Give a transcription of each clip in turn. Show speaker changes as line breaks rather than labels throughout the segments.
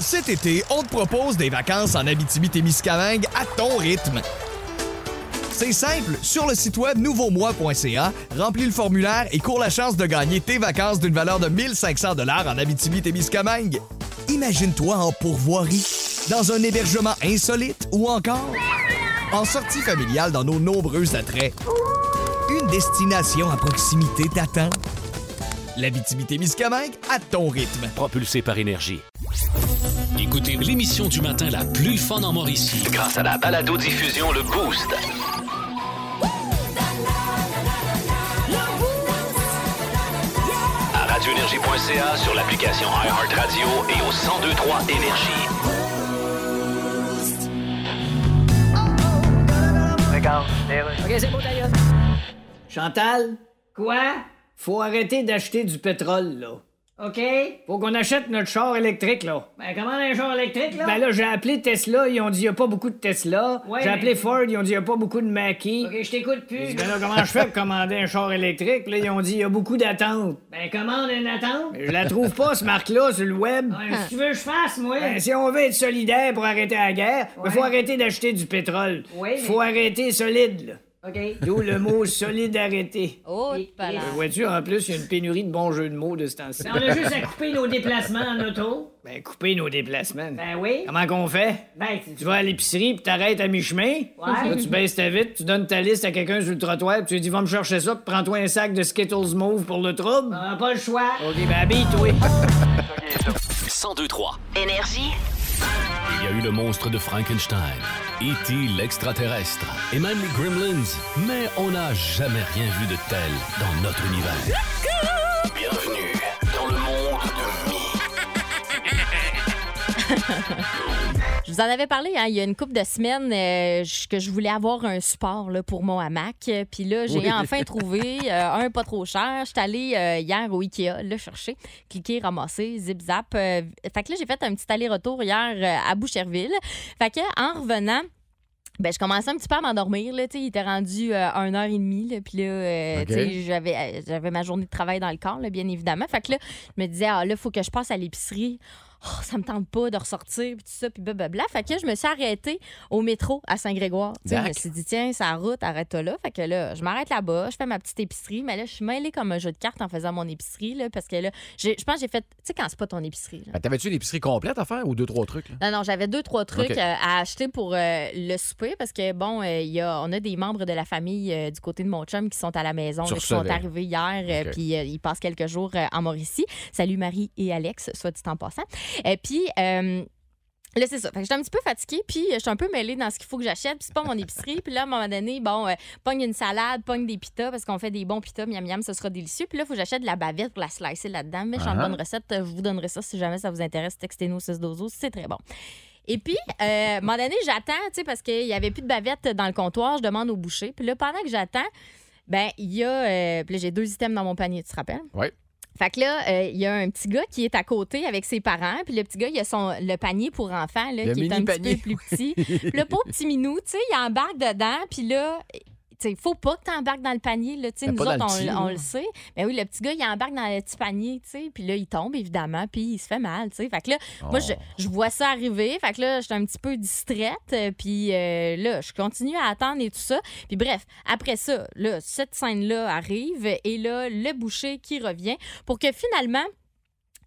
Cet été, on te propose des vacances en Abitibi-Témiscamingue à ton rythme. C'est simple, sur le site web nouveaumois.ca, remplis le formulaire et cours la chance de gagner tes vacances d'une valeur de 1500 dollars en Abitibi-Témiscamingue. Imagine-toi en pourvoirie, dans un hébergement insolite ou encore en sortie familiale dans nos nombreux attraits. Une destination à proximité t'attend. L'Abitibi-Témiscamingue à ton rythme.
propulsé par énergie.
Écoutez l'émission du matin la plus fun en Mauricie.
Grâce à la balado diffusion le boost. À radioénergie.ca sur l'application iHeartRadio et au 1023 énergie.
OK, c'est beau, ta gueule. Chantal? Quoi? Faut arrêter d'acheter du pétrole, là. OK. Faut qu'on achète notre char électrique, là. Ben, comment un char électrique, là? Ben là, j'ai appelé Tesla, ils ont dit y a pas beaucoup de Tesla. j'ai appelé Ford, ils ont dit y a pas beaucoup de Mackie. OK, je t'écoute plus. Ben là, comment je fais pour commander un char électrique? Puis Là, ils ont dit y a beaucoup d'attentes. Ben, commande une attente. je la trouve pas, ce marque-là, sur le web. si tu veux que je fasse, moi? Ben, si on veut être solidaire pour arrêter la guerre, il faut arrêter d'acheter du pétrole. Faut arrêter solide, là. D'où le mot solidarité.
Oh, pas là.
Euh, Vois-tu, en plus, il y a une pénurie de bons jeux de mots de ce temps-ci.
On a juste à couper nos déplacements en auto.
Ben, couper nos déplacements.
Ben oui.
Comment qu'on fait?
Ben,
Tu vas à l'épicerie, puis t'arrêtes à mi-chemin. Là, tu baisses ta vitre, tu donnes ta liste à quelqu'un sur le trottoir, puis tu lui dis « Va me chercher ça, puis prends-toi un sac de Skittles Mauve pour le trouble.
on n'a pas le choix.
OK, ben habille-toi.
1023
Énergie.
Il y a eu le monstre de Frankenstein, E.T. l'extraterrestre et même les Gremlins, mais on n'a jamais rien vu de tel dans notre univers.
Bienvenue dans le monde de Mi.
Je vous en avais parlé hein, il y a une couple de semaines euh, je- que je voulais avoir un support là, pour mon hamac. Euh, Puis là, j'ai enfin trouvé euh, un pas trop cher. Je suis allée euh, hier au Ikea le chercher, cliquer, ramasser, zip zap. Euh, fait que là, j'ai fait un petit aller-retour hier euh, à Boucherville. Fait que en revenant, ben, je commençais un petit peu à m'endormir. Là, tu sais, il était rendu euh, 1h30. Puis là, euh,
OK.
tu sais, j'avais, euh, j'avais ma journée de travail dans le corps, là, bien évidemment. Fait que là, je me disais, ah, là, il faut que je passe à l'épicerie. Oh, ça me tente pas de ressortir, puis tout ça, puis blablabla. Fait que là, je me suis arrêtée au métro à Saint-Grégoire. Tu sais, Je me
Dac.
suis dit, tiens, ça route, arrête-toi là. Fait que là, je m'arrête là-bas, je fais ma petite épicerie, mais là, je suis mêlée comme un jeu de cartes en faisant mon épicerie, là, parce que là, j'ai- je pense que j'ai fait, tu sais, quand c'est pas ton épicerie, là.
Ben, T'avais-tu une épicerie complète à faire ou deux, trois trucs? là?
Non, non, j'avais deux, trois trucs
Ok.
euh, à acheter pour euh, le souper parce que, bon, euh, il y a, on a des membres de la famille euh, du côté de mon chum qui sont à la maison,
Tu
là, qui sont
recevais.
arrivés hier, euh,
Ok.
puis euh, ils passent quelques jours euh, en Mauricie. Salut Marie et Alex, soit dit en passant. Et puis. euh, Là, c'est ça. Fait que j'étais un petit peu fatiguée, puis euh, je suis un peu mêlée dans ce qu'il faut que j'achète, puis c'est pas mon épicerie. Puis là, à un moment donné, bon, euh, pogne une salade, pogne des pitas, parce qu'on fait des bons pitas, miam miam, ce sera délicieux. Puis là, il faut que j'achète de la bavette pour la slicer là-dedans. Mais je suis en
Ah.
bonne recette, euh, je vous donnerai ça si jamais ça vous intéresse. Textez-nous au 6 12 12, c'est très bon. Et puis, euh, à un moment donné, j'attends, tu sais, parce qu'il n'y avait plus de bavette dans le comptoir, je demande au boucher. Puis là, pendant que j'attends, ben il y a. euh, puis là, j'ai deux items dans mon panier, tu te rappelles?
Ouais.
Fait que là, euh, il y a un petit gars qui est à côté avec ses parents. Puis le petit gars, il a son, le panier pour enfants, là,
Le
qui est un petit
mini-panier,
peu plus petit. Puis le pauvre petit minou, tu sais, il embarque dedans. Puis là, tu sais, faut pas que tu embarques dans le panier. Là, tu sais,
Mais
nous
pas
autres,
dans le
on,
petit,
on
là.
le sait. Mais oui, le petit gars, il embarque dans le petit panier, tu sais. Puis là, il tombe, évidemment. Puis il se fait mal, tu sais. Fait que là,
Ah.
moi, je, je vois ça arriver. Fait que là, j'étais un petit peu distraite. euh, Puis euh, là, je continue à attendre et tout ça. Puis bref, après ça, là, cette scène-là arrive. Et là, le boucher qui revient pour que finalement,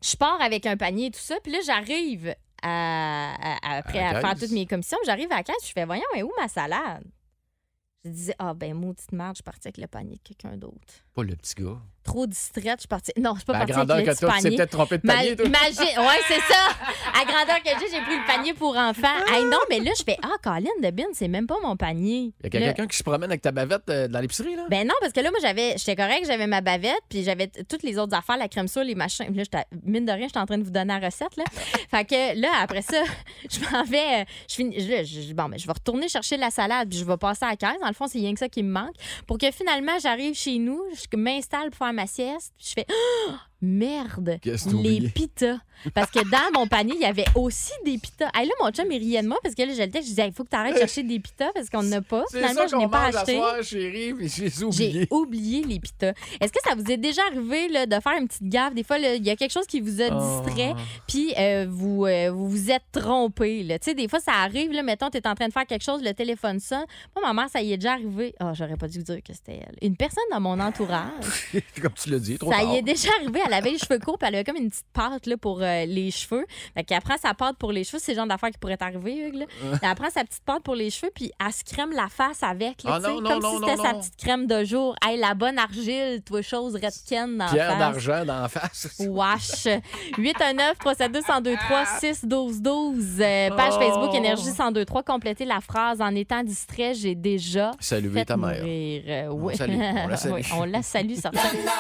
je pars avec un panier et tout ça. Puis là, j'arrive à, à- à- après
À la
à faire
caisse.
toutes mes commissions. J'arrive à la caisse. Je fais, voyons, mais où ma salade? Je disais, ah ben, maudite merde, je suis partie avec le panier de quelqu'un d'autre.
Pas le petit gars.
Trop distraite, je suis partie. Non, je suis pas
Ben, à
partie avec
grandeur
le
que
petit
toi, tu t'es
panier.
peut-être trompé de
Ma-
panier, toi.
imagine- ouais, c'est ça. À grandeur que j'ai, j'ai pris le panier pour enfants. Hey, non, mais là, je fais Ah, Colin de Bin, c'est même pas mon panier.
Il y a
Là-
quelqu'un qui se promène avec ta bavette euh, dans l'épicerie, là?
ben non, parce que là, moi, j'avais, j'étais correct, j'avais ma bavette, puis j'avais t- toutes les autres affaires, la crème sur les machins. Puis Là, j'étais- mine de rien, j'étais en train de vous donner la recette, là. fait que là, après ça, je m'en vais, euh, je finis, je- là, je- bon, mais je vais retourner chercher la salade, puis je vais passer à la caisse. Dans le fond, c'est rien que ça qui me manque. Pour que finalement, j'arrive chez nous, je m'installe pour faire ma sieste, puis je fais, Ah! Merde,
Qu'est-ce que t'as oublié?
les pitas. Parce que dans mon panier, il y avait aussi des pitas. Hey, là, mon chum, il riait de moi parce que là, j'ai le texte. Je disais, il faut que tu arrêtes de chercher des pitas parce qu'on n'en a pas. Finalement, je n'ai pas
mange à
acheté.
soir, chérie, mais je les ai
J'ai
oubliés.
oublié les pitas. Est-ce que ça vous est déjà arrivé là, de faire une petite gaffe? Des fois, là, il y a quelque chose qui vous a
Oh.
distrait, puis euh, vous, euh, vous vous êtes trompé. là. Tu sais, des fois, ça arrive. Là, mettons, tu es en train de faire quelque chose, le téléphone sonne. Moi, ma mère, ça y est déjà arrivé. Oh, j'aurais pas dû vous dire que c'était elle. Une personne dans mon entourage,
Comme tu l'as dit, trop
ça
tard.
y est déjà arrivé. Elle avait les cheveux courts, puis elle avait comme une petite pâte là, pour euh, les cheveux. Fait qu'elle prend sa pâte pour les cheveux. C'est le genre d'affaire qui pourrait t'arriver, Hugues. là. Elle prend sa petite pâte pour les cheveux, puis elle se crème la face avec. là,
Ah
tu sais,
non, non,
comme
non,
si
non,
c'était sa
non.
petite crème de jour. Hey, la bonne argile, toi, chose, Redken dans
Pierre
la face.
d'argent dans la face.
Wash. 819 372 1023 6 12 12 Euh,
Oh.
page Facebook Énergie 1023 complétez la phrase en étant distrait j'ai déjà
Saluer
fait
ta mère.
mourir. Euh, oui.
salue, on la salue.
Oui, on la salue certainement.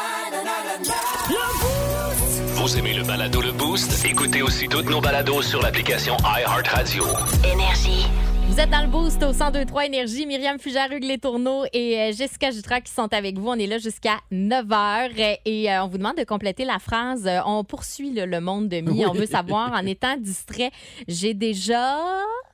Vous aimez le balado Le Boost? Écoutez aussi toutes nos balados sur l'application iHeartRadio.
Énergie.
Vous êtes dans le boost au 1023 Énergie. Myriam Fugère, Hugues Les Tourneaux et euh, Jessica Jutra qui sont avec vous. On est là jusqu'à 9 h et euh, on vous demande de compléter la phrase. euh, on poursuit le, le monde de mi. On veut savoir, en étant distrait, j'ai déjà.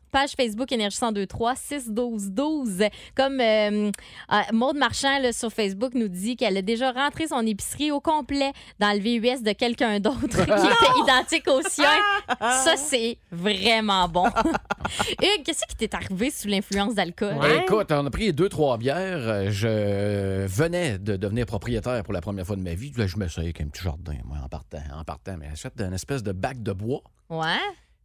Page Facebook Énergie 1023 6 12 12. Comme euh, euh, Maude Marchand là, sur Facebook nous dit qu'elle a déjà rentré son épicerie au complet dans le VUS de quelqu'un d'autre qui était identique au sien. Ça, c'est vraiment bon. Hugues, qu'est-ce qui t'est arrivé sous l'influence d'alcool?
Ben, Écoute, on a pris deux, trois bières. Euh, Je venais de devenir propriétaire pour la première fois de ma vie. Là, je me suis avec un petit jardin, moi, en partant. En partant, mais j'achète une espèce de bac de bois.
Ouais.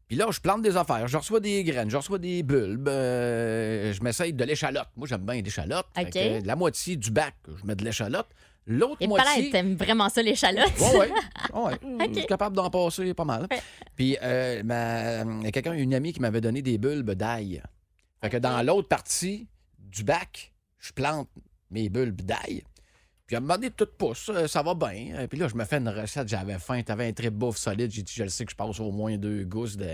Puis là, je plante des affaires. Je reçois des graines, je reçois des bulbes. euh, je m'essaye de l'échalote. Moi, j'aime bien l'échalote. Fait
OK.
que La moitié du bac, je mets de l'échalote. L'autre
Et
moitié.
peut-être t'aimes vraiment ça, l'échalote.
Oui, oui. Je suis capable d'en passer pas mal. Puis, euh, ma- quelqu'un, une amie qui m'avait donné des bulbes d'ail. Fait que dans l'autre partie du bac, je plante mes bulbes d'ail. Puis, elle m'a demandé tout pousse, euh, ça va bien. Euh, Puis là, je me fais une recette, j'avais faim, t'avais un trip bouffe solide. J'ai dit, je le sais que je passe au moins deux gousses de.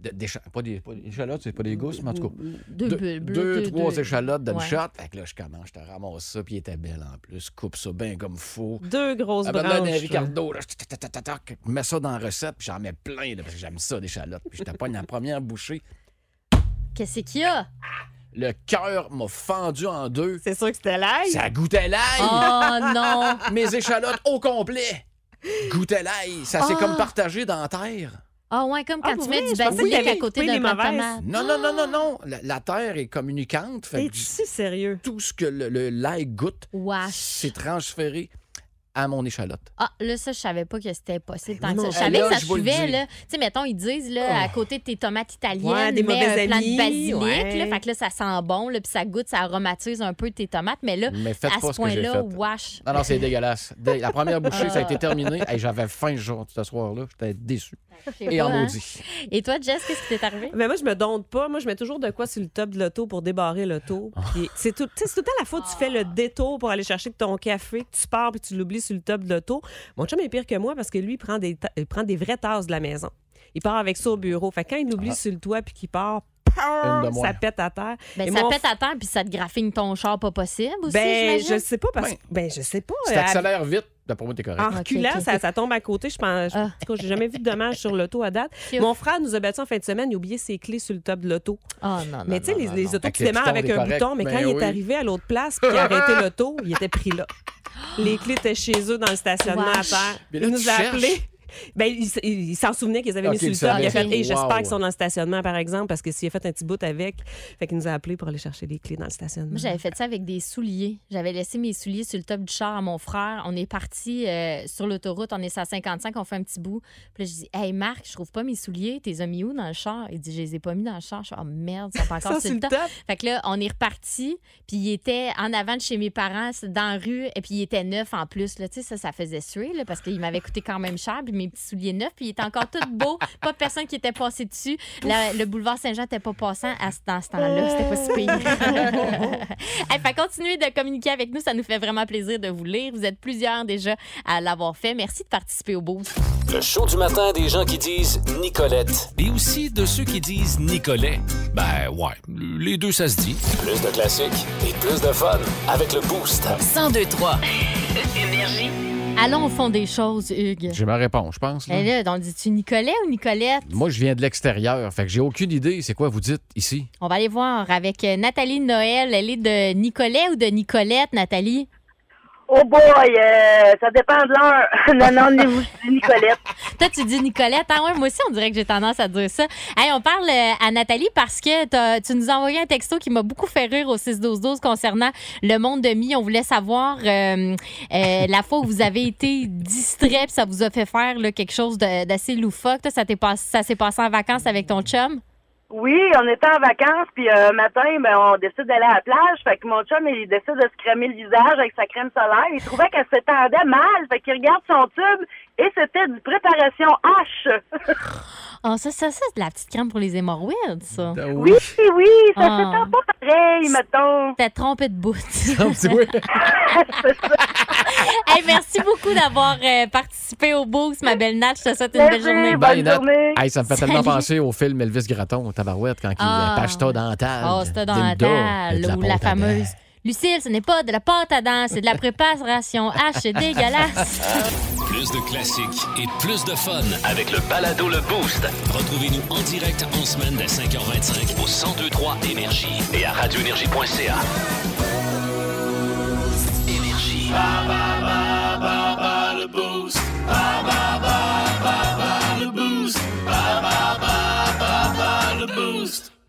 de- d'écha- pas des pas des échalotes, c'est pas des gousses, mais en tout cas.
Deux, bulles, deux,
deux, trois
deux.
échalotes d'une
Ouais.
shot. Fait que là, je commence, je te ramasse ça, puis il était belle en plus. Coupe ça bien comme fou.
Deux grosses
Ah, ben, ben,
branches.
Ricardo, là, tac, tac, tac, tac, tac, mets ça dans la recette, puis j'en mets plein, là, parce que j'aime ça, des chalottes. Puis j'étais pas une la première bouchée.
Qu'est-ce qu'il y a?
Le cœur m'a fendu en deux.
C'est sûr que c'était l'ail.
Ça goûtait l'ail.
Oh non!
Mes échalotes au complet goûtaient l'ail. Ça s'est
Ah.
comme partagé dans la terre.
Ah ouais, comme quand
Ah,
tu
oui,
mets du
je pensais
basilic
qu'il avait
à côté
coupé
d'un
les
plat de
mauvaises.
tomate.
Non, non, non, non, non. La, la terre est communicante. Fait que
Es-tu sérieux?
tout ce que le le- l'ail goûte,
Wesh.
c'est transféré à mon échalote.
Ah, là, ça, je savais pas que c'était possible tant
Ben
que ça.
non,
Je savais
là,
que ça
je vous le
suivait,
dis.
là. Tu sais, mettons, ils disent, là, à côté de tes tomates italiennes,
Ah. Ouais, des
mets
mauvais
un plant de
amis,
basilic,
ouais.
là. Fait que là, ça sent bon, là, puis ça goûte, ça aromatise un peu tes tomates. Mais là,
Mais faites
Euh, à
pas
ce
ce que j'ai
point-là,
fait.
wesh.
Non, non, c'est dégueulasse. Dé- La première bouchée, ça a été
Ah.
terminé. Hey, J'avais faim ce jour, ce soir-là. J'étais déçu.
Je sais
Et
pas,
en
hein.
maudit.
Et toi, Jess, qu'est-ce qui t'est arrivé?
Mais Ben, moi, je me donne pas. Moi, je mets toujours de quoi sur le top de l'auto pour débarrer l'auto.
Ah.
Puis C'est tout, tu sais, c'est tout le temps la fois que tu fais
Ah.
le détour pour aller chercher ton café, que tu pars puis tu l'oublies sur le top de l'auto. Mon chum est pire que moi parce que lui, il prend des, ta- il prend des vraies tasses de la maison. Il part avec ça au bureau. Fait que quand il l'oublie sur le toit puis qu'il part,
Ah. de moins.
ça pète à terre.
Ben,
Et
ça
mon
pète à terre, puis ça te graffine ton char pas possible aussi,
Ben,
j'imagine?
je sais pas parce que. Ben, je sais pas.
Si
Euh,
t'accélères vite, d'après moi, t'es correct.
En reculant,
Ah, Ok, ok,
Ça,
ok.
ça tombe à côté. Je pense. je-
Ah.
En tout cas, j'ai jamais vu de dommage sur l'auto à date.
Phew.
Mon frère nous a battus en fin de semaine. Il a oublié ses clés sur le top de l'auto.
Oh non, non.
Ah,
Mais tu sais,
non,
les,
non,
les
non.
autos
Avec
qui
le
démarrent
piton,
avec
t'es
un
correct.
bouton, mais
Ben
quand il
oui.
est arrivé à l'autre place puis qu'il a arrêté l'auto, il était pris là. Les clés étaient chez eux dans le stationnement à
Wesh.
terre.
Mais là,
il nous
tu
a
cherches.
appelé. Ben, il, s- il- il s'en souvenait qu'ils avaient
Ok,
mis
il
sur le top. Il a
savait.
fait Hey,
Wow.
j'espère qu'ils sont dans le stationnement, par exemple, parce que s'il a fait un petit bout avec. Fait qu'il nous a appelé pour aller chercher les clés dans le stationnement.
Moi, j'avais fait ça avec des souliers. J'avais laissé mes souliers sur le top du char à mon frère. On est parti euh, sur l'autoroute. On est sur la 55, on fait un petit bout. Puis là, je dis Hey, Marc, je trouve pas mes souliers. T'es mis où dans le char Il dit Je les ai pas mis dans le char. Je suis Oh merde, ça pas encore
Ça,
sur le top. Fait que là, on est reparti. Puis il était en avant de chez mes parents, c'est dans la rue. Et puis il était neuf en plus. Là. Tu sais, ça, ça faisait suer là, parce qu'il m'avait coûté quand même cher. Puis mes petits souliers neufs. Puis il était encore tout beau. Pas de personne qui était passée dessus. La- le boulevard Saint-Jean n'était pas passant à ce, dans ce temps-là. C'était pas si pire. hey, fait continuez de communiquer avec nous. Ça nous fait vraiment plaisir de vous lire. Vous êtes plusieurs déjà à l'avoir fait. Merci de participer au Boost.
Le show du matin des gens qui disent Nicolette.
Et aussi de ceux qui disent Nicolet. Ben ouais, les deux ça se dit.
Plus de classiques et plus de fun avec le Boost.
1023
Énergie.
Allons au fond des choses, Hugues.
J'ai ma réponse, je pense. là.
Eh là, on dit-tu Nicolet ou Nicolette?
Moi, je viens de l'extérieur, fait que j'ai aucune idée. C'est quoi vous dites ici?
On va aller voir avec euh, Nathalie Noël. Elle est de Nicolet ou de Nicolette, Nathalie?
Oh boy, euh, ça dépend de l'heure. non, non, mais vous dites Nicolette.
Toi, tu dis Nicolette. Ah ouais, moi aussi, on dirait que j'ai tendance à dire ça. Hey, on parle euh, à Nathalie parce que t'as- tu nous as envoyé un texto qui m'a beaucoup fait rire au 6-12-12 concernant le monde de mi. On voulait savoir euh, euh, la fois où vous avez été distrait puis ça vous a fait faire là, quelque chose de- d'assez loufoque. Toi, ça t'est pas- ça s'est passé en vacances avec ton chum?
Oui, on était en vacances, puis un matin, ben, on décide d'aller à la plage. Fait que mon chum, il décide de se cramer le visage avec sa crème solaire. Il trouvait qu'elle s'étendait mal. Fait qu'il regarde son tube, et c'était du préparation H.
Ah, ça, ça, ça, c'est de la petite crème pour les hémorroïdes, ça.
Ben
Oui, oui, ça
Ah.
s'étend pas pareil, mettons.
T'as trompé de bout.
Oui.
Hey, merci beaucoup d'avoir euh, participé au Boost, ma belle Nat. Je te souhaite une belle
Merci,
journée.
Bonne
Bye, Nat.
journée.
Hey, ça me fait tellement
Salut.
penser au film Elvis Gratton, Tabarouette, quand
Ah.
il pasta dentale.
Oh, c'était dans la
Linda,
dalle,
avec de
ou
pâte
la
à dents.
fameuse. Lucille, ce n'est pas de la pâte à dents, c'est de la préparation. Ah, c'est dégueulasse.
Plus de classiques et plus de fun.
Avec le balado Le Boost
Retrouvez-nous en direct en semaine dès 5h25
au 1023 Énergie et à radioénergie.ca. Énergie.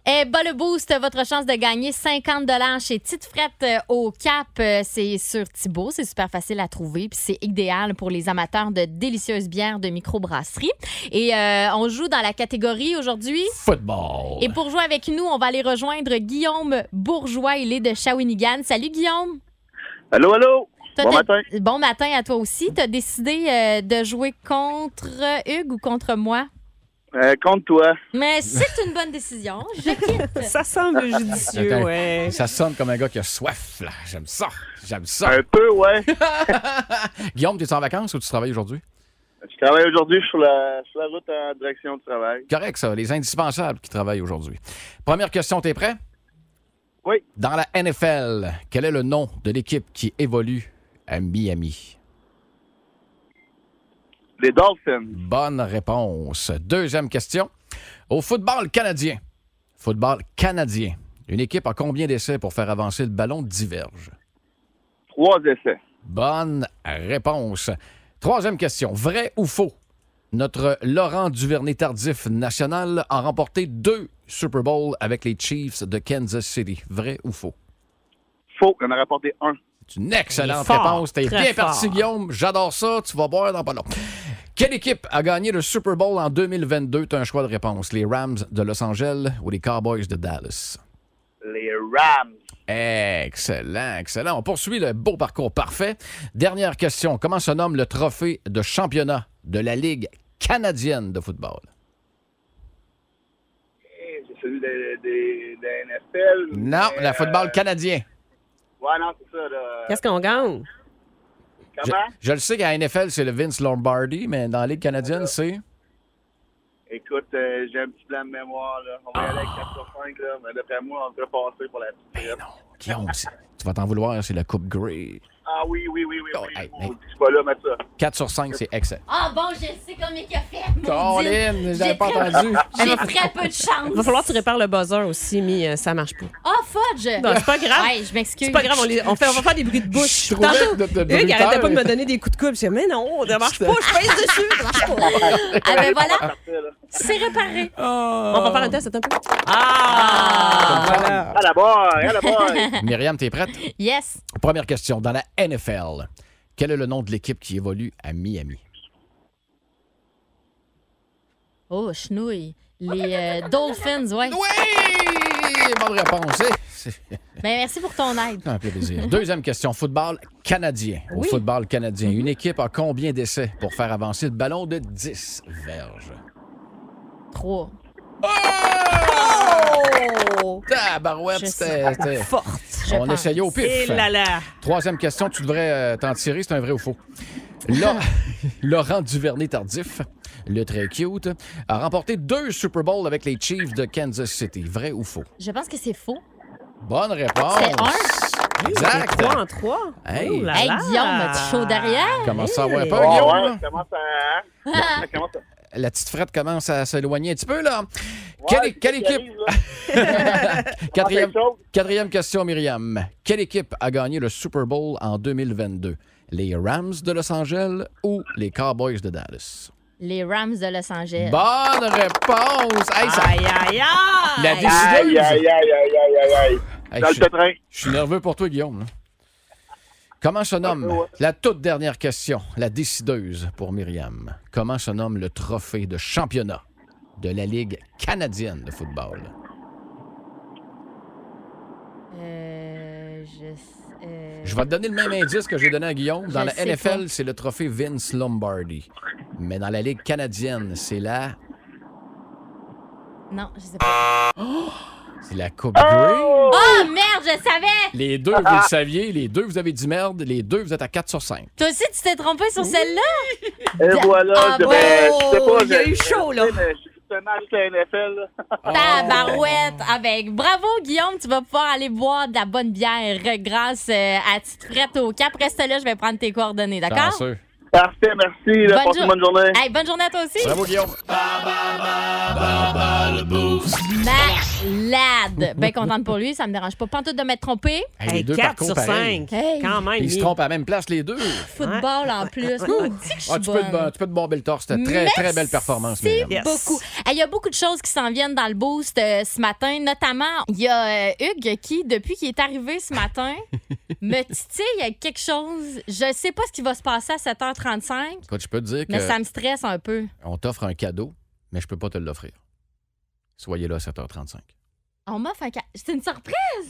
Eh bas le boost, votre chance de gagner 50 chez Tite Frette euh, au Cap. Euh, C'est sur Thibault, c'est super facile à trouver, puis c'est idéal pour les amateurs de délicieuses bières de microbrasserie. Et euh, on joue dans la catégorie aujourd'hui.
Football.
Et pour jouer avec nous, on va aller rejoindre Guillaume Bourgeois. Il est de Shawinigan. Salut Guillaume.
Allô, allô?
Toi,
Bon
t'as-
matin.
Bon matin à toi aussi. Tu as décidé euh, de jouer contre Hugues ou contre moi?
Euh, Compte-toi.
Mais c'est une bonne décision. Je quitte.
Ça semble judicieux,
Attends.
ouais.
Ça sonne comme un gars qui a soif, là. J'aime ça. J'aime ça.
Un peu, ouais.
Guillaume, tu es en vacances ou tu travailles aujourd'hui?
je travaille aujourd'hui sur la, sur la route en direction du travail.
Correct, ça. Les indispensables qui travaillent aujourd'hui. Première question, t'es prêt?
Oui.
Dans la NFL, quel est le nom de l'équipe qui évolue à Miami?
Les Dolphins.
Bonne réponse. Deuxième question. Au football canadien. Football canadien. Une équipe a combien d'essais pour faire avancer le ballon diverge?
Trois essais.
Bonne réponse. Troisième question. Vrai ou faux? Notre Laurent Duvernay-Tardif national a remporté deux Super Bowls avec les Chiefs de Kansas City. Vrai ou faux?
Faux. On en a rapporté un.
C'est une excellente
Il est fort,
réponse. T'es
très
bien parti,
fort.
Guillaume. J'adore ça. Tu vas boire dans pas long. Quelle équipe a gagné le Super Bowl en 2022? T'as un choix de réponse. Les Rams de Los Angeles ou les Cowboys de Dallas?
Les Rams.
Excellent, excellent. On poursuit le beau parcours parfait. Dernière question. Comment se nomme le trophée de championnat de la Ligue canadienne de football?
Eh, C'est celui des des- des NFL.
Non,
mais,
le football
euh,
canadien.
Ouais, non, c'est ça. Là.
Qu'est-ce qu'on gagne?
Je,
Comment?
je le sais qu'à NFL, c'est le Vince Lombardi, mais dans la Ligue
euh,
canadienne, c'est...
Écoute, euh, j'ai un petit plan de mémoire. Là. On va y aller avec 4 sur 5, là. mais d'après moi, on devrait passer pour la petite.
Ben non, Guillaume, c'est- tu vas t'en vouloir, c'est la Coupe Grey.
Ah oui, oui, oui, oui.
Oh,
oui,
hey,
oui.
hey.
Je suis pas là, mais ça.
4 sur 5, c'est excellent.
Ah bon, je sais combien il a fait. maudine.
Caroline,
J'ai
j'avais pas
très-
entendu.
J'ai très peu de chance.
Il va falloir que tu répares le buzzer aussi, mais euh, ça marche pas.
Oh, fudge.
Non, c'est pas grave.
Ouais, je m'excuse.
C'est pas grave, on, les- on fait, on va faire des bruits de bouche.
Je trouvais
Tantôt,
de- de- de
Hugues
bruiteur.
arrêtait pas de me donner des coups de coupe. Je disais, mais non, ça marche pas, je pèse dessus, ça marche pas.
Ah ben voilà,
Parfait, là.
c'est réparé.
On va faire un test, attends un peu. Ah! Voilà.
À la barre, à la barre.
Myriam, t'es prête?
Yes.
Première question, dans la NFL, quel est le nom de l'équipe qui évolue à Miami?
Oh, chenouille. Les euh, Dolphins, ouais.
Oui! Bonne réponse. eh? C'est
Ben, merci pour ton aide.
un peu plaisir. Deuxième question, football canadien. Au football canadien, une équipe a combien d'essais pour faire avancer le ballon de 10 verges?
Trois.
Oh!
Tabarouette,
Je
c'était... c'était-
Forte.
Je
On
pense.
essayait au pif.
Et là là.
Troisième question, tu devrais euh, t'en tirer, c'est un vrai ou faux. Laurent, Laurent Duvernay-Tardif, le très cute, a remporté deux Super Bowls avec les Chiefs de Kansas City. Vrai ou faux?
Je pense que c'est faux.
Bonne réponse.
C'est
Exact.
Trois en trois.
Hey.
Oh là
Hey,
là.
Guillaume, tu chaud derrière?
Commence à avoir
Hey.
peur, Guillaume,
Ah ouais,
là.
ça commence à.
Ah.
Ça commence à-
La petite frette commence à s'éloigner un petit peu, là.
Ouais,
Quelle-
c'est
quelle
ce qui
équipe?
arrive, là.
Quatrième,
Quelque chose.
quatrième question, Myriam. Quelle équipe a gagné le Super Bowl en 2022? Les Rams de Los Angeles ou les Cowboys de Dallas?
Les Rams de Los Angeles.
Bonne réponse! Hey, ça-
Aïe, aïe, aïe!
La
Aïe,
décideuse!
aïe, aïe, aïe, aïe, aïe, aïe.
Hey,
Dans
je,
le pétrin.
je suis nerveux pour toi, Guillaume. là. Comment se nomme la toute dernière question, la décideuse pour Myriam? Comment se nomme le trophée de championnat de la Ligue canadienne de football?
Euh, je... euh,
Je vais te donner le même indice que j'ai donné à Guillaume. Dans
Je
la
sais
NFL,
pas.
c'est le trophée Vince Lombardi. Mais dans la Ligue canadienne, c'est la,
Non, je sais pas.
c'est la Coupe Grey.
Oh merde, je savais!
Les deux, vous
Ah!
le saviez. Les deux, vous avez dit merde. Les deux, vous êtes à 4 sur 5.
Toi aussi, tu t'es trompé sur celle-là?
Et voilà,
Ah
je,
bon?
ben, je sais pas,
Il y a
je-
eu chaud, là.
je- mais Euh, Je suis un match de la NFL, là.
Tabarouette! Avec bravo, Guillaume, tu vas pouvoir aller boire de la bonne bière euh, grâce euh, à Tite Frette au Cap. Reste là, je vais prendre tes coordonnées, d'accord?
Chanceux.
Parfait, merci. là.
Bonne
Passez une
jour-
bonne journée.
Hey, bonne journée à toi aussi!
Bravo, Guillaume.
Malade! Ben contente pour lui, ça me dérange pas. Pantoute de m'être trompée.
Hey, les
Hey,
deux
4
parcours
sur
pareils.
5.
Hey.
Quand même.
Ils se
Mimi.
trompent à la même place, les deux.
Football en plus. Ouh, dis que je Ah, suis
Ah, tu, peux
bonne.
te, ba- tu peux te bomber le torse. C'était très, très belle performance,
Merci
Yes.
Myriam.
beaucoup. Hey, Il y a beaucoup de choses qui s'en viennent dans le boost euh, ce matin. Notamment, il y a euh, Hugues qui, depuis qu'il est arrivé ce matin, me titille avec quelque chose. Je sais pas ce qui va se passer à 7h35,
Écoute, je peux te dire
mais ça
qu'on
me stresse un peu.
t'offre un cadeau, mais je peux pas te l'offrir. Soyez là à 7h35.
On m'offre un cadeau. C'est une surprise!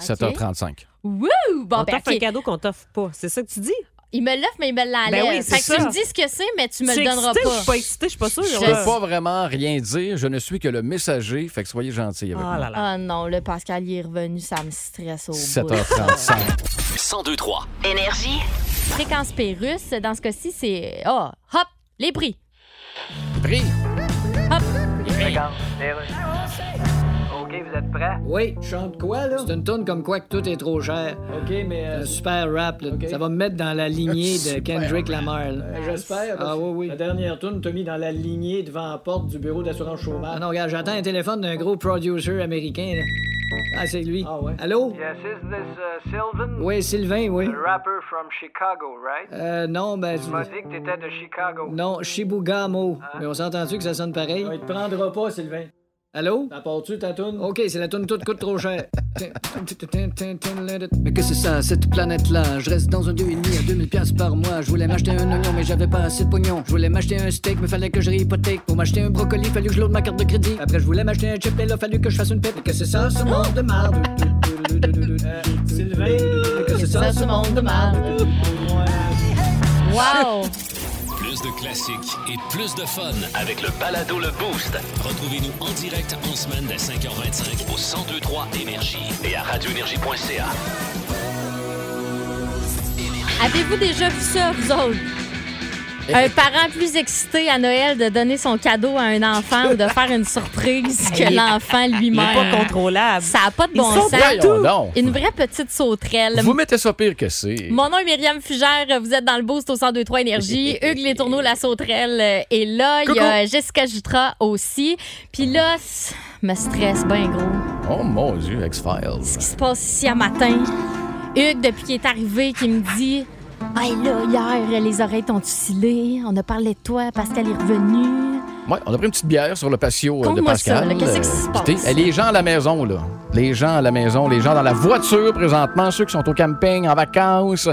OK.
7h35.
Wouh! Bon,
On
ben,
t'offre
OK.
un cadeau qu'on t'offre pas. C'est ça que tu dis?
Il me l'offre, mais il me l'enlève.
Ben oui, c'est
Fait que tu
ça.
me dis ce que c'est, mais tu me
Je
le
suis
donneras
excitée,
pas.
Je suis pas excitée, je suis pas sûre.
Je
Je
là.
peux pas vraiment rien dire. Je ne suis que le messager. Fait que soyez gentils avec
Ah
moi.
là là.
Ah non, le Pascal il est revenu, ça me stresse au bout.
7h35.
1023.
Énergie.
Fréquence Pérusse, dans ce cas-ci, c'est. Ah, hop, les prix.
Prix.
OK, vous êtes prêts?
Oui, je chante quoi, là?
C'est une tourne comme quoi que tout est trop cher.
OK, mais... euh,
Un super rap, là. Ça va me mettre dans la lignée de Kendrick Lamar. là.
ben, J'espère. parce
Ah
que
oui, oui.
La dernière tourne t'a mis dans la lignée devant la porte du bureau d'assurance
Ah
chômage.
non, regarde, j'attends un téléphone d'un gros producer américain, là. Ah, c'est lui.
Ah ouais?
Allô?
Yes, is this uh, Sylvan?
Oui, Sylvain, oui.
The rapper from Chicago, right?
Euh, non, ben...
Tu m'as dit que t'étais de Chicago. Hein?
Non, Shibugamo. Mais on s'entend-tu que ça sonne pareil?
Il te prendra pas, Sylvain.
Allô?
T'en portes-tu ta tourne?
OK, c'est la toune toute coûte trop cher. mais que c'est ça, cette planète-là? Je reste dans un 2,5 à 2000 piastres par mois. Je voulais m'acheter un oignon, mais j'avais pas assez de pognon. Je voulais m'acheter un steak, mais fallait que je réhypothèque. Pour m'acheter un brocoli, fallu que je l'aude ma carte de crédit. Après, je voulais m'acheter un chip, et là, fallu que je fasse une pipe. Mais que c'est ça, ce monde de marde? Euh,
Sylvain?
Mais que c'est ça, ce monde de marde?
Wow!
Plus de classiques et plus de fun.
Avec le balado Le Boost
Retrouvez-nous en direct en semaine dès 5h25
au 1023 Énergie et à radioénergie.ca.
Avez-vous déjà vu ça, vous autres? Un parent plus excité à Noël de donner son cadeau à un enfant ou de faire une surprise que l'enfant
Il est pas
lui-même.
contrôlable.
Ça n'a pas de bon
Ils sont
sens.
Voyons donc.
Une vraie petite sauterelle.
Vous mettez ça pire que c'est.
Mon nom est Myriam Fugère, vous êtes dans le boost au 1023 Énergie. Hugues Les Tourneaux, la sauterelle euh, est là. Il y a Jessica Jutra aussi. Puis là, c- me stresse bien gros.
Oh mon Dieu, X-Files.
Ce qui se passe ici à matin. Hugues, depuis qu'il est arrivé, qui me dit Hey là, hier, les oreilles t'ont oscillé. On a parlé de toi, Pascal est revenu.
Ouais, on a pris une petite bière sur le patio euh, de
Conte-moi ça,
Pascal.
là. Qu'est-ce
Euh,
qui se passe?
écoutez, euh, Les gens à la maison, là. Les gens à la maison, les gens dans la voiture présentement, ceux qui sont au camping, en vacances.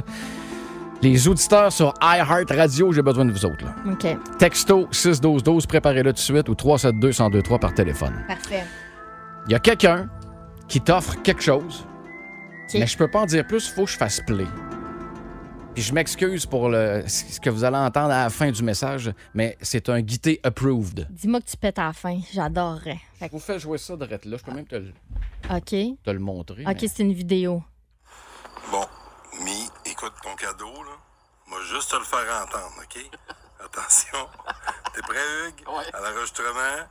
Les auditeurs sur iHeart Radio, j'ai besoin de vous autres. Là.
OK,
Texto 61212, préparez-le tout de suite ou 372-1023 par téléphone.
parfait.
Il y a quelqu'un qui t'offre quelque chose,
OK.
mais je peux pas en dire plus, faut que je fasse play. Puis je m'excuse pour le, ce que vous allez entendre à la fin du message, mais c'est un guité approved.
Dis-moi que tu pètes à la fin, j'adorerais. Fait
Je vous fais jouer ça de là, je peux même te, le-
que- OK.
te le montrer.
OK,
mais-
c'est une vidéo.
Bon, Mi, écoute ton cadeau, là. Moi, juste te le faire entendre, OK? Attention. T'es prêt, Hugues? À l'enregistrement.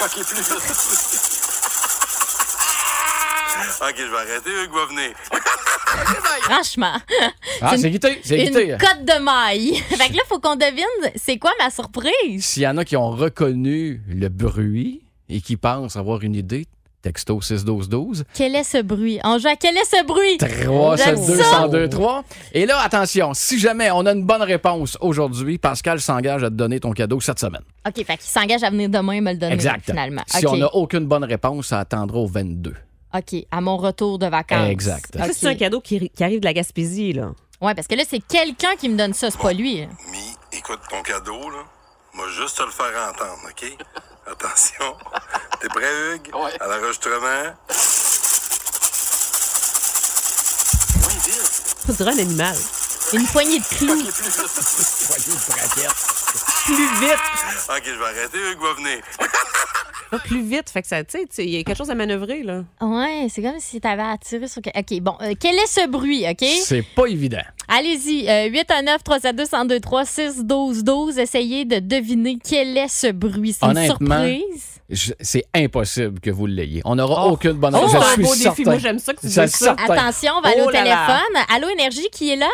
OK, plus vite. OK, je vais arrêter. Hugues va venir.
Franchement.
Ah, c'est guité, c'est
Une
guité. hein.
cote de maille. fait que là, faut qu'on devine c'est quoi ma surprise.
S'il y en a qui ont reconnu le bruit et qui pensent avoir une idée, texto 61212.
Quel est ce bruit? On joue à quel est ce bruit?
3,
J'aime
7, 2,
ça.
102, 3. Et là, attention, si jamais on a une bonne réponse aujourd'hui, Pascal s'engage à te donner ton cadeau cette semaine.
OK, fait qu'il s'engage à venir demain et me le
Mm,
donner
exact.
finalement.
Si
OK.
on n'a aucune bonne réponse, ça attendra au 22.
OK, à mon retour de vacances.
Exact.
Ça, c'est un cadeau qui, qui arrive de la Gaspésie, là.
Oui, parce que là, c'est quelqu'un qui me donne ça, c'est pas lui.
Écoute ton cadeau, là. Moi, juste te le faire entendre, OK? Attention. T'es prêt, Hugues? À l'enregistrement.
On dirait un animal.
Une poignée de clous.
plus vite.
OK, je vais arrêter. Hugues va venir.
Pas plus vite. Fait que ça, tu sais, tu sais, il y a quelque chose à manœuvrer, là.
Ouais, c'est comme si t'avais attiré sur. quel- OK, bon, euh, quel est ce bruit, OK?
C'est pas évident.
Allez-y, euh, 819 372 1023 6 12 12 essayez de deviner quel est ce bruit. C'est une
Honnêtement,
surprise.
je- c'est impossible que vous l'ayez. On n'aura aucune bonne
Oh,
réponse.
c'est
Je
un
suis
beau défi.
certain.
Moi, j'aime ça que tu
Je
dises
suis
ça.
certain.
Attention, on va aller
Oh
au
là là.
téléphone. Allô Énergie qui est là?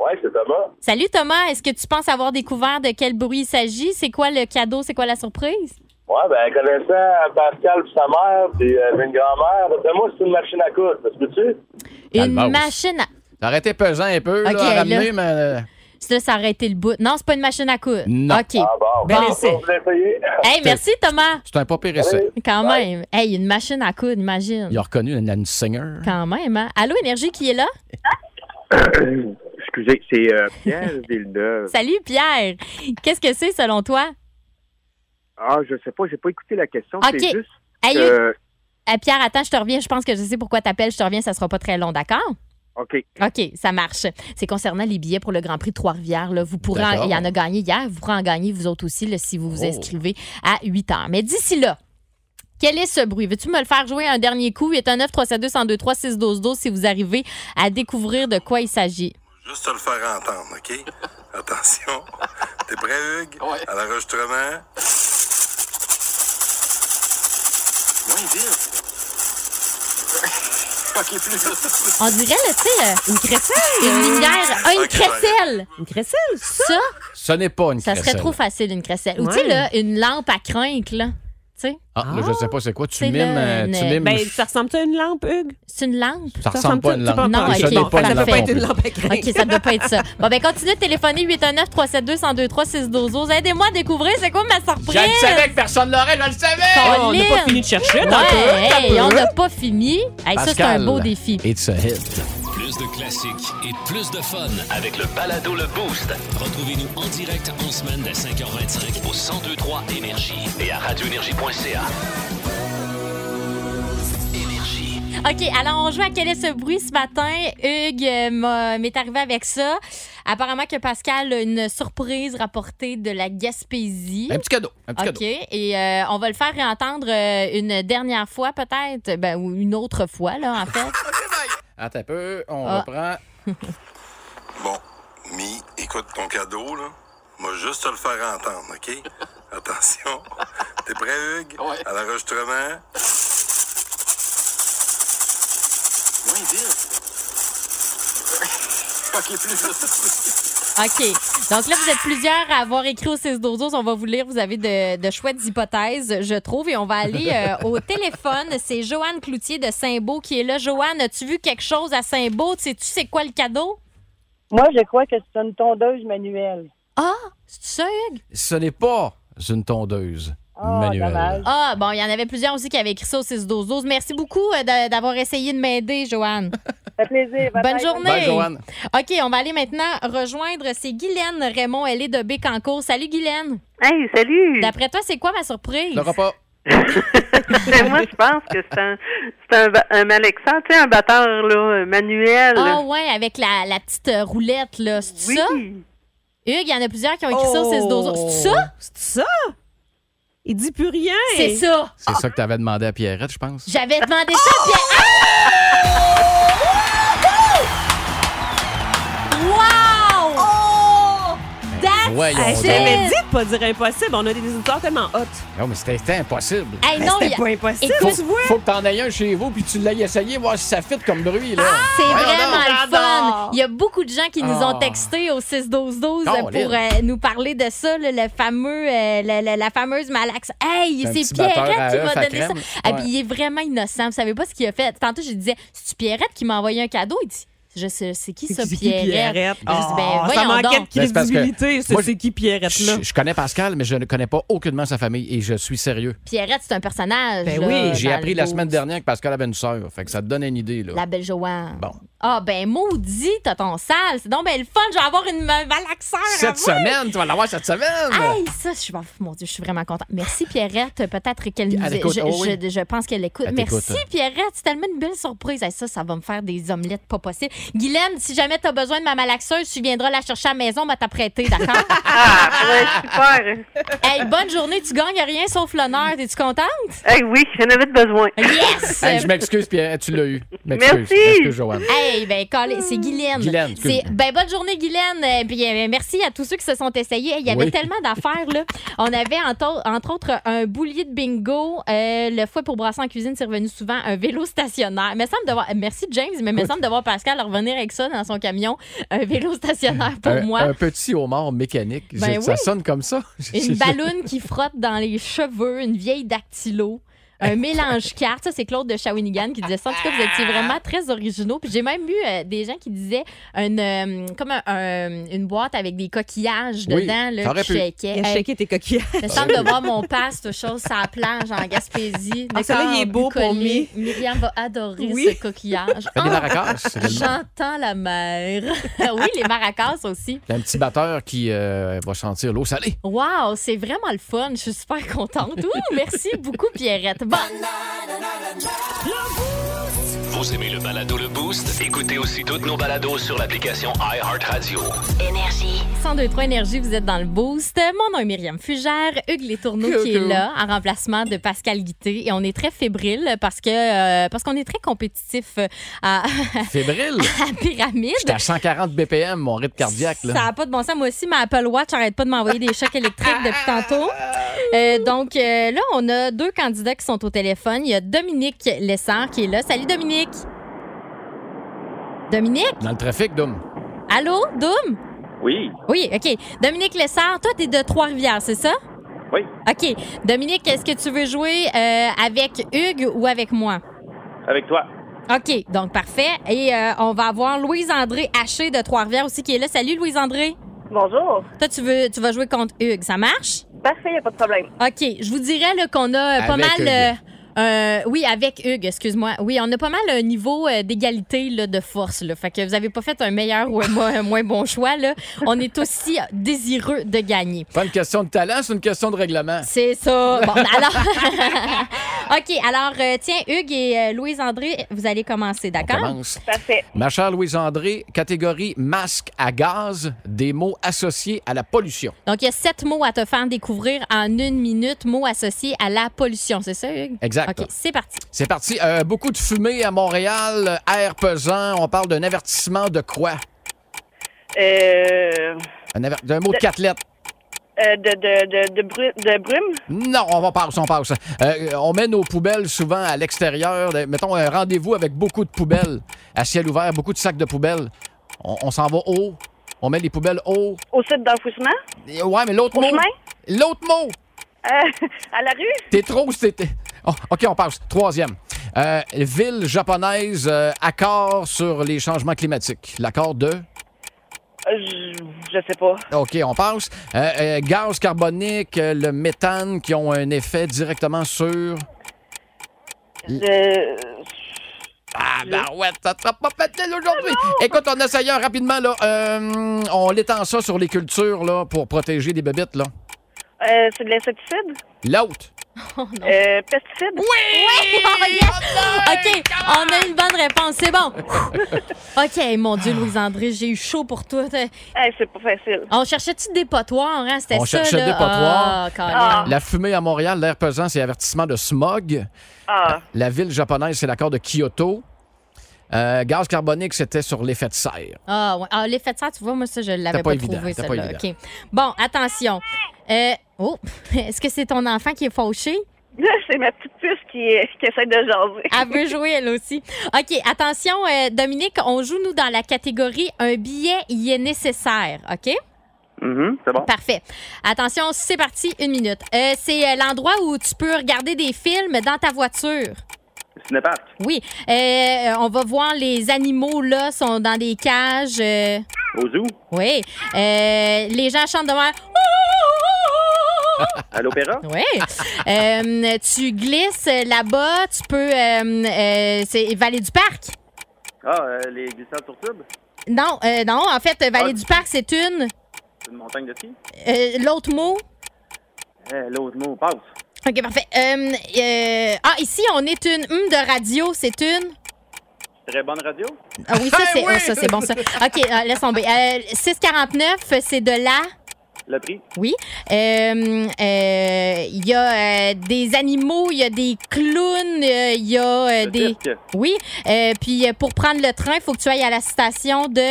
Ouais, c'est Thomas.
Salut Thomas, est-ce que tu penses avoir découvert de quel bruit il s'agit? C'est quoi le cadeau? C'est quoi la surprise?
Ouais, ben, connaissant Pascal puis sa mère, puis euh, j'ai une grand-mère, d'après moi, c'est une machine à coudre, ça se peut-tu?
Une
Calmos.
machine à.
Arrêtez pesant un peu,
Ok,
là, à
là.
ramener, mais. euh,
Ça, ça aurait été le bout. Non, c'est pas une machine à coudre.
Non.
OK.
Ah,
Ben,
Bon. Hey, merci Thomas.
C'est un pas pire essai.
Quand même. Hey, une machine à coudre, imagine.
Il a reconnu une, une singer.
Quand même, hein? Allô, Énergie qui est là?
Excusez, c'est euh, Pierre Villeneuve.
Salut, Pierre. Qu'est-ce que c'est selon toi?
Ah, je sais pas, j'ai pas écouté la question.
OK.
C'est juste
Hey,
que...
Euh, Pierre, attends, je te reviens. Je pense que je sais pourquoi t'appelles. Je te reviens, ça sera pas très long, d'accord?
OK.
OK, ça marche. C'est concernant les billets pour le Grand Prix de Trois-Rivières. là. Vous pourrez, en-
D'accord.
il y en a gagné hier. Vous pourrez en gagner, vous autres aussi, là, si vous vous
Oh.
inscrivez à 8 heures. Mais d'ici là, quel est ce bruit? Veux-tu me le faire jouer un dernier coup? 819 372 1023 612 12 si vous arrivez à découvrir de quoi il s'agit.
Juste te le faire entendre, OK? Attention. T'es prêt, Hugues? À l'enregistrement. Moins vite. OK, plus vite.
On dirait, là, tu sais, le- une crécelle.
hein?
Une lumière. Ah, une
Ok, j'arrive.
crécelle.
Une crécelle,
ça?
Ce n'est pas une
Ça serait
crécelle.
trop facile, une crécelle. Ou,
Ouais.
tu sais, là, une lampe à crinque, là. Tu sais?
Ah, là, je sais pas c'est quoi. Tu
C'est
mimes.
là
euh,
une-
Tu mimes.
Ben, ça ressemble-tu à une lampe, Hugues?
C'est une lampe?
Ça ressemble pas à une lampe.
Non,
Et ça
ok.
n'est pas une
parfait.
lampe non plus.
OK, ça ne doit pas être ça. Bon, ben, continuez de téléphoner 819 372 1023 612 Aidez-moi à découvrir c'est quoi ma surprise.
Je le savais que personne l'aurait, je le savais!
Colin. Ouais, hey, on n'a pas fini. Hey, ça, c'est un beau défi.
It's a hit.
Plus de classiques et plus de fun avec le balado Le Boost. Retrouvez-nous en direct en semaine dès 5h25 au 1023 Énergie et à radioénergie.ca.
OK, alors on joue à quel est ce bruit ce matin. Hugues euh, m'a- m'est arrivé avec ça. Apparemment que Pascal a une surprise rapportée de la Gaspésie.
Un petit cadeau. Un petit
OK, et euh, on va le faire entendre une dernière fois peut-être, ben, ou une autre fois, là, en fait.
Attends un peu, on
Ah.
reprend.
Bon, Mi, écoute ton cadeau, là. Moi, juste te le faire entendre, OK? Attention. T'es prêt, Hugues? À l'enregistrement. Moins vite. OK, plus vite.
OK. Donc là, vous êtes plusieurs à avoir écrit au 6 12 On va vous lire. Vous avez de, de chouettes hypothèses, je trouve. Et on va aller euh, au téléphone. C'est Joanne Cloutier de Saint-Beau qui est là. Joanne, as-tu vu quelque chose à Saint-Beau? Tu Sais-tu c'est quoi le cadeau?
Moi, je crois que c'est une tondeuse manuelle.
Ah, c'est ça, Hugues?
Ce n'est pas une tondeuse manuelle.
Ah, bon, il y en avait plusieurs aussi qui avaient écrit ça au 6 12 12 Merci beaucoup euh, d'a- d'avoir essayé de m'aider, Joanne.
Ça fait plaisir.
Bonne journée.
Bye, Joanne.
OK, on va aller maintenant rejoindre, c'est Guylaine Raymond, elle est de Bécancour. Salut, Guylaine.
Hey, salut.
D'après toi, c'est quoi ma surprise?
Le repas.
Ben, moi, je pense que c'est un, c'est un, ba- un malaxant, tu sais, un batteur là, manuel.
Ah ouais, avec la, la petite euh, roulette, là. C'est ça? Hugues, il y en a plusieurs qui ont écrit ça au 6
Oh.
12 C'est ça?
C'est ça? Il dit plus rien.
C'est ça.
C'est ça que tu avais demandé à Pierrette, je pense.
J'avais demandé ça, puis... Ah! Wow! That's
voyons
Hey, je
donc.
t'avais dit de pas dire impossible. On a des auditeurs tellement hot.
Non, Oh, mais c'était c'était impossible.
Hey,
Mais
non,
c'était
y a-
pas impossible.
Ah,
Écoute-
faut, faut que t'en aies un chez vous puis tu l'aies essayé, voir si ça fit comme bruit. Là.
Ah, C'est
Voyons
vraiment
donc.
le fun. Il y a beaucoup de gens qui nous ont
Ah.
texté au 6-12-12
Oh,
euh, pour
Lynn.
euh, nous parler de ça, là, le fameux, euh, la, la- la fameuse malaxe. Hey,
C'est un
c'est
petit batteur à
Pierrette qui
œuf
m'a
à
donné ça.
crème.
Ah,
Ouais.
puis il est vraiment innocent. Vous savez pas ce qu'il a fait. Tantôt, je disais, c'est Pierrette qui m'a envoyé un cadeau. Il dit, je sais, c'est qui ça,
C'est qui
Pierrette?
Pierrette?
Je dis, ben,
Ah, ça
voyons
manquait de
donc. Eh,
Ben, c'est parce que
Crédibilité, c'est-
moi,
c'est qui Pierrette, là?
Je, je connais Pascal, mais je ne connais pas aucunement sa famille et je suis sérieux.
Pierrette, c'est un personnage.
Ben
là,
J'ai
dans
appris
le
la
beau-
semaine dernière que Pascal avait une sœur. Fait que ça te donne une idée. Là.
La belle Joanne.
Bon.
Ah, ben, maudit, t'as ton sale. C'est donc ben le fun. Je vais avoir une ma- malaxeur. à
Cette
vous.
semaine, tu vas l'avoir cette semaine.
Hey, ça, je suis, oh mon Dieu, je suis vraiment contente. Merci, Pierrette. Peut-être qu'elle nous
Elle écoute,
je,
oh oui.
je- je pense qu'elle écoute.
Elle t'écoute,
Merci,
hein.
Pierrette. C'est tellement une belle surprise. Hey, ça, ça va me faire des omelettes pas possibles. Guylaine, si jamais t'as besoin de ma malaxeuse, tu viendras la chercher à la maison, mais t'as prêté, d'accord?
Ah, super.
hey, bonne journée. Tu gagnes rien sauf l'honneur. Es-tu contente?
Eh oui, j'en avais de besoin.
Yes!
Hey, je m'excuse, Pierre, tu l'as eu. Je m'excuse.
Merci.
Je m'excuse, Joanne.
Hey, ben, collé, c'est Guylaine.
Guylaine, excuse-moi.
C'est- ben, bonne journée, Guylaine. Euh, Puis, euh, merci à tous ceux qui se sont essayés. Il y avait
Oui.
tellement d'affaires, là. On avait, entre, entre autres, un boulier de bingo, euh, le fouet pour brasser en cuisine, c'est revenu souvent, un vélo stationnaire. Mais semble devoir, merci, James, mais me semble devoir Pascal revenir avec ça dans son camion. Un vélo stationnaire pour
un,
moi.
un petit homard mécanique.
Ben
Je- Ça
oui.
sonne comme ça.
Une balloune qui frotte dans les cheveux, une vieille dactylo. Un mélange carte, ça c'est Claude de Shawinigan qui disait ça. En tout cas, vous étiez vraiment très originaux. Puis j'ai même eu euh, des gens qui disaient une, euh, comme un- un- une boîte avec des coquillages
Oui,
dedans là,
t'aurais
qui
pu.
shakaient.
Il a
Hey,
shaké tes coquillages.
Il me semble de voir mon passe, cette chose, sur la plage en Gaspésie.
Ah, celui-là, il est
Décor
beau pour
bucolique. Myriam va adorer
Oui.
ce coquillage. Oh,
Fais des maracas, c'est le nom.
J'entends la mer. oui, les maracas aussi.
T'as un petit batteur qui euh, va sentir l'eau salée.
Wow, c'est vraiment le fun. Je suis super contente. Ouh, merci beaucoup, Pierrette. Bon.
Vous aimez le balado Le Boost? Écoutez aussi toutes nos balados sur l'application iHeartRadio.
Énergie. 102.3 Énergie, vous êtes dans le boost. Mon nom est Myriam Fugère, Hugues Les Tourneaux qui est
Coucou.
là en remplacement de Pascal Guité. Et on est très fébrile parce que euh, parce qu'on est très compétitif euh, à,
Fébrile.
à Pyramide.
J'étais à 140 BPM, mon rythme cardiaque.
Ça n'a
Là.
pas de bon sens. Moi aussi, ma Apple Watch arrête pas de m'envoyer des chocs électriques depuis tantôt. Euh, donc euh, là, on a deux candidats qui sont au téléphone. Il y a Dominique Lessard qui est là. Salut Dominique. Dominique?
Dans le trafic, Doom.
Allô, Doom?
Oui.
Oui, OK. Dominique Lessard, toi, t'es de Trois-Rivières, c'est ça?
Oui.
OK. Dominique, est-ce que tu veux jouer euh, avec Hugues ou avec moi?
Avec toi.
OK, donc parfait. Et euh, on va avoir Louise-André Haché de Trois-Rivières aussi qui est là. Salut Louise-André.
Bonjour.
Toi, tu, veux, tu vas jouer contre Hugues, ça marche?
Parfait, il a pas de problème.
OK, je vous dirais là, qu'on a euh, pas
Avec
mal...
Hugues.
euh, euh, oui, avec Hugues, excuse-moi. Oui, on a pas mal un niveau euh, d'égalité là, de force. Là. Fait que vous avez pas fait un meilleur ou un mo- un moins bon choix. Là. On est aussi désireux de gagner.
Pas une question de talent, c'est une question de règlement.
C'est ça. Bon, ben, alors. OK, alors, euh, tiens, Hugues et euh, Louise-André, vous allez commencer, d'accord?
commence.
Parfait.
Ma chère Louise-André, catégorie masque à gaz, des mots associés à la pollution.
Donc, il y a sept mots à te faire découvrir en une minute, mots associés à la pollution, c'est ça, Hugues?
Exact.
OK, c'est parti.
C'est parti. Euh, beaucoup de fumée à Montréal, euh, air pesant. On parle d'un avertissement de quoi?
Euh,
Un, aver- d'un mot de
De-
quatre lettres.
euh, de, de, de, de, bru- de brume?
Non, on va passer, on passe. Euh, on met nos poubelles souvent à l'extérieur. Euh, Mettons un rendez-vous avec beaucoup de poubelles à ciel ouvert, beaucoup de sacs de poubelles. On, on s'en va haut. On met les poubelles haut.
Au site d'enfouissement?
Et Ouais, mais l'autre
Au
mot.
chemin?
L'autre mot.
Euh, à la rue?
T'es trop. t'es- t'es- Oh, OK, on passe. Troisième. Euh, ville japonaise, euh, accord sur les changements climatiques. L'accord de.
Euh, Je, je sais pas.
OK, on passe. Euh, euh, gaz carbonique, euh, le méthane qui ont un effet directement sur. Ah, ben ouais, ça sera pas facile aujourd'hui.
Ah,
Écoute, on essaye un rapidement, là. Euh, on l'étend ça sur les cultures, là, pour protéger les bébites, là.
Euh, c'est de l'insecticide?
L'autre.
Euh, pesticide? Oui!
Oui! Oh, yes! OK, on a une bonne réponse, c'est bon. OK, mon Dieu, Louise-André, j'ai eu chaud pour toi.
c'est pas facile.
On cherchait-tu des potoirs, hein? C'était
On
ça,
cherchait
là?
des potoirs.
Ah, carrément.
La fumée à Montréal, l'air pesant, c'est avertissement de smog.
Ah.
La ville japonaise, c'est l'accord de Kyoto. Euh, gaz carbonique, c'était sur l'effet de serre.
Ah, ouais. Ah, l'effet de serre, tu vois, moi, ça, je l'avais
pas
pas,
évident,
trouvé,
c'était pas
celle-là.
évident.
OK. Bon, attention. Euh, oh, est-ce que c'est ton enfant qui est fauché? Là, c'est ma petite puce qui, essaie de jaser. Elle veut jouer, elle aussi. OK, attention, euh, Dominique, on joue, nous, dans la catégorie « Un billet y est nécessaire », OK? Mm-hmm,
c'est bon.
Parfait. Attention, c'est parti, une minute. Euh, c'est euh, l'endroit où tu peux regarder des films dans ta voiture.
Cinépark.
Oui. Euh, on va voir les animaux, là, sont dans des cages. euh,
Au zoo.
oui. Euh, les gens chantent de même.
À l'opéra.
Oui. Euh, tu glisses là-bas, tu peux. euh, euh, c'est Vallée du Parc.
Ah, euh, les glissades sur tube.
Non, euh, non, en fait, Vallée du Parc, c'est une.
C'est une montagne de ski.
Euh, L'autre mot.
Eh, L'autre mot, passe.
OK, parfait. Euh, euh, ah, ici, on est une hum de radio, c'est une.
Très bonne radio.
Ah oui, ça, c'est ah, ça, c'est bon, ça. OK, euh, laisse tomber. Euh, 649, c'est de la.
Le prix.
Oui. Euh, euh, Il y a euh, des animaux, il y a des clowns, euh, il y a euh,
Le
des.
cirque.
Oui. Euh, puis euh, pour prendre le train, il faut que tu ailles à la station de.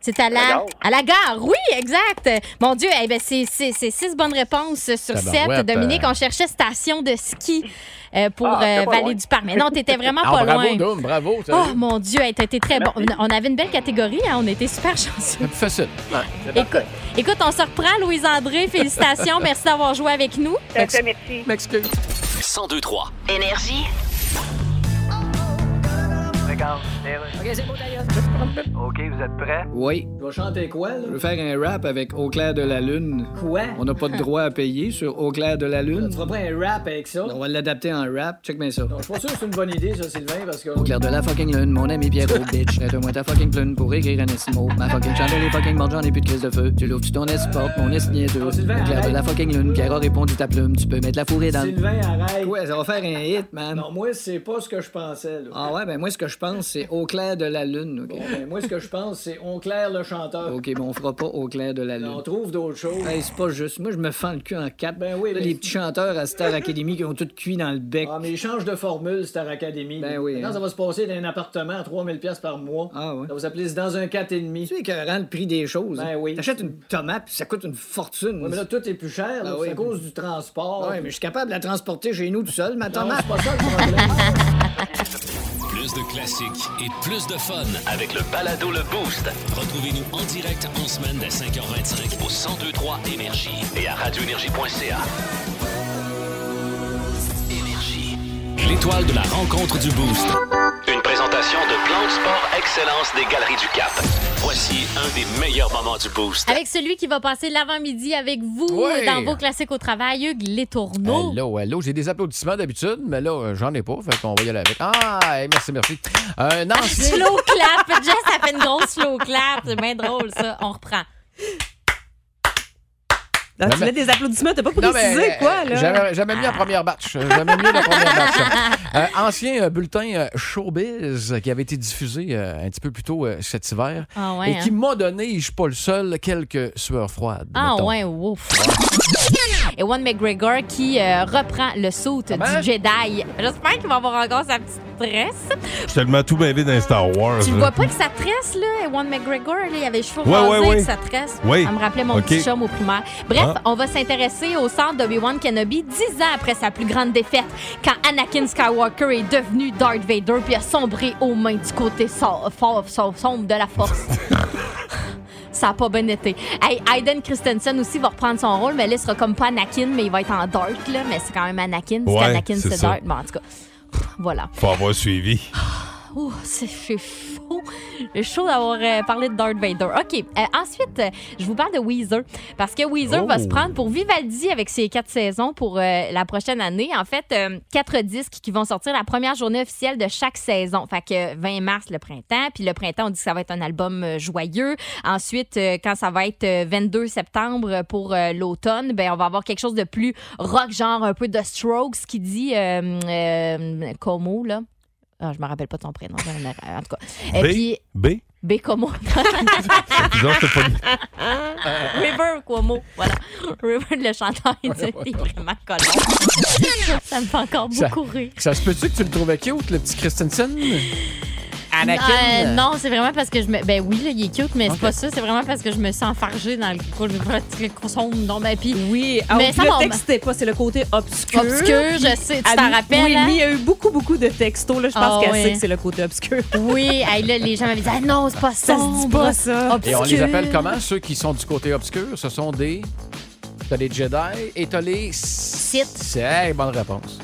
C'est à la,
La gare.
à la gare. Oui, exact. Mon Dieu, eh ben c'est c'est- c'est six bonnes réponses sur sept.
Tabarouette,
Dominique,
euh.
on cherchait station de ski euh, pour
Ah, t'es
euh,
pas loin.
Vallée du Parc. Mais non, t'étais vraiment
Ah,
pas
bravo,
loin.
Dom, bravo. salut.
Oh mon Dieu, hey, t'as été très bon. On avait une belle catégorie, hein, on était super chanceux.
Facile.
Écoute, écoute, on se reprend, Louise-André. Félicitations. Merci d'avoir joué avec nous.
merci.
M'excuse.
1023.
Énergie.
Regarde, OK, c'est bon, OK, vous êtes prêts?
Oui. Je vais chanter quoi, là? Je vais faire un rap avec Au clair de la lune. Quoi? On n'a pas de droit à payer sur Au clair de la lune.
Tu vas pas un rap avec ça?
On va l'adapter en rap. Check bien ça.
Je suis pas sûr que c'est une bonne idée, ça, Sylvain, parce que.
Au clair de la fucking lune, mon ami Pierrot, bitch. Jette-moi ta fucking plume pour écrire un esmo. Ma fucking chandelle est fucking morte, j'en ai plus de crise de feu. Tu l'ouvres, tu ton porte, mon est niaiseux. Au
Sylvain,
clair de
arrête.
la fucking lune, Pierrot répond du ta plume. Tu peux mettre la fourrée dans le-
Sylvain, arrête.
Ouais, ça va faire un hit, man.
Non, moi, c'est pas ce que je pensais, là.
Ah ouais, ben moi, ce que je pense, c'est Au clair de la lune. OK?
Bon, ben, moi, ce que je pense, c'est On claire le chanteur.
OK, bon, on fera pas au clair de la lune.
On trouve d'autres choses.
Hey, c'est pas juste. Moi, je me fends le cul en quatre.
Ben oui,
Là,
mais-
les petits chanteurs à Star Academy qui ont tout cuit dans le bec.
Ah, mais ils changent de formule, Star Academy.
Ben oui,
Maintenant,
hein.
ça va se passer d'un appartement à 3000 pièces par mois.
Ah ouais.
Ça va s'appeler C'est dans un 4,5.
C'est écœurant le prix des choses.
Ben
hein.
oui.
T'achètes une tomate, puis ça coûte une fortune.
Ouais, mais là, tout est plus cher, là,
Ben
c'est
oui.
à cause du transport.
Ouais, mais je suis capable de la transporter chez nous tout seul, ma
Non,
tomate.
c'est pas ça le problème.
Plus de classiques et plus de fun.
Avec le balado Le Boost.
Retrouvez-nous en direct en semaine dès 5h25 au
1023 Énergie et à radioénergie.ca. Énergie.
L'étoile de la rencontre du Boost.
Une présentation de Plan de Sport Excellence des Galeries du Cap. Voici un des meilleurs moments du Boost.
Avec celui qui va passer l'avant-midi avec vous
Ouais.
dans vos classiques au travail, Hugues Létourneau.
Hello, hello. J'ai des applaudissements d'habitude, mais là, euh, j'en ai pas. Fait qu'on va y aller avec. Ah, hey, merci, merci. Un
Ah,
ancien.
Slow clap. Jess, ça fait une grosse slow clap. C'est bien drôle, ça. On reprend.
Là, Ah, tu
Non, mais-
mets des applaudissements, t'as pas
Non,
précisé
mais,
quoi,
euh,
là?
J'avais, j'avais mis en première batch. Euh, J'avais mis la première batch. Euh, ancien euh, bulletin euh, Showbiz euh, qui avait été diffusé euh, un petit peu plus tôt euh, cet hiver
Ah ouais,
et qui
hein?
m'a donné, je suis pas le seul, quelques sueurs froides.
Ah
mettons.
ouais, ouf. Et One McGregor qui euh, reprend le saut du Jedi. J'espère qu'il va avoir encore sa petite tresse.
Je suis tellement tout bavé dans Star Wars.
Tu le
là.
vois pas que sa tresse, là, Ewan McGregor, là, il avait les cheveux
Ouais,
rasés
ouais,
avec
ouais.
sa tresse.
Oui.
Ça me rappelait mon
OK.
petit chum au primaire. Bref,
Ah.
on va s'intéresser au centre d'Obi-Wan Kenobi dix ans après sa plus grande défaite, quand Anakin Skywalker est devenu Darth Vader puis a sombré aux mains du côté so- for- so- sombre de la force. Ça a pas bien été. Hey, Hayden Christensen aussi va reprendre son rôle, mais là, il sera comme pas Anakin, mais il va être en Darth, là. Mais c'est quand même Anakin, parce
Ouais,
qu'Anakin,
c'est
c'est
ça.
Darth. Bon, en tout cas, pff, voilà.
Faut avoir suivi.
Oh, c'est c'est fou. Je suis chaud d'avoir euh, parlé de Darth Vader. OK. euh, ensuite, euh, je vous parle de Weezer. Parce que Weezer
Oh.
va se prendre pour Vivaldi avec ses quatre saisons pour euh, la prochaine année. En fait, euh, quatre disques qui vont sortir la première journée officielle de chaque saison. Fait que euh, 20 mars, le printemps. Puis le printemps, on dit que ça va être un album euh, joyeux. Ensuite, euh, quand ça va être euh, 22 septembre euh, pour euh, l'automne, ben on va avoir quelque chose de plus rock, genre un peu de Strokes qui dit euh, euh, Como, là. Ah, je me rappelle pas ton prénom. j'ai une erreur. En tout cas. Et
B.
puis,
B.
B Como.
Disons, c'est pas
River Cuomo. Voilà. River, le chanteur, il dit, il est vraiment collant. Ça me fait encore
Ça-
beaucoup rire.
Ça se peut-tu que tu le trouvais cute, le petit Christensen?
Euh, non, c'est vraiment parce que je me. Ben oui, là, il est cute, mais c'est pas ça. C'est vraiment parce que je me sens enfargée dans le cou- le cou- son Non, ben puis.
Oui, Ah,
mais
puis
ça
le
m'en-
texte, c'était pas, c'est le côté obscur.
Obscur, je
Puis
sais, tu t'en
Annie-
rappelles,
Oui,
hein?
oui, il y a eu beaucoup, beaucoup de textos. Là, je pense
Ah,
qu'elle
ouais.
sait que c'est le côté obscur.
Oui, hey, là, les gens m'avaient dit, ah non, c'est pas ça.
Ça se dit pas, ça.
Obscur.
Et on les appelle comment, ceux qui sont du côté obscur? Ce sont des... T'as les Jedi et t'as les... Sith. C'est... Hey, bonne réponse.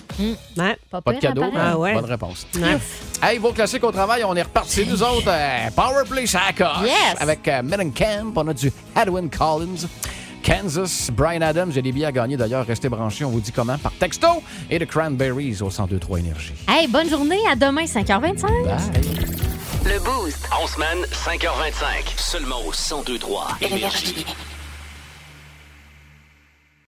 Ouais.
Pas de hein? cadeau, mais
Ah ouais.
bonne réponse.
Ouais.
Hey, vos classiques au travail, on est reparti, nous autres. euh, Powerplay, ça coche.
Yes.
Avec euh, Camp, on a du Edwin Collins. Kansas, Brian Adams, j'ai des billets à gagner d'ailleurs. Restez branchés, on vous dit comment par texto. Et de Cranberries au 102.3 Énergie.
Hey, bonne journée. À demain, 5h25.
Le Boost. En semaine, 5h25. Seulement au 102.3 Énergie.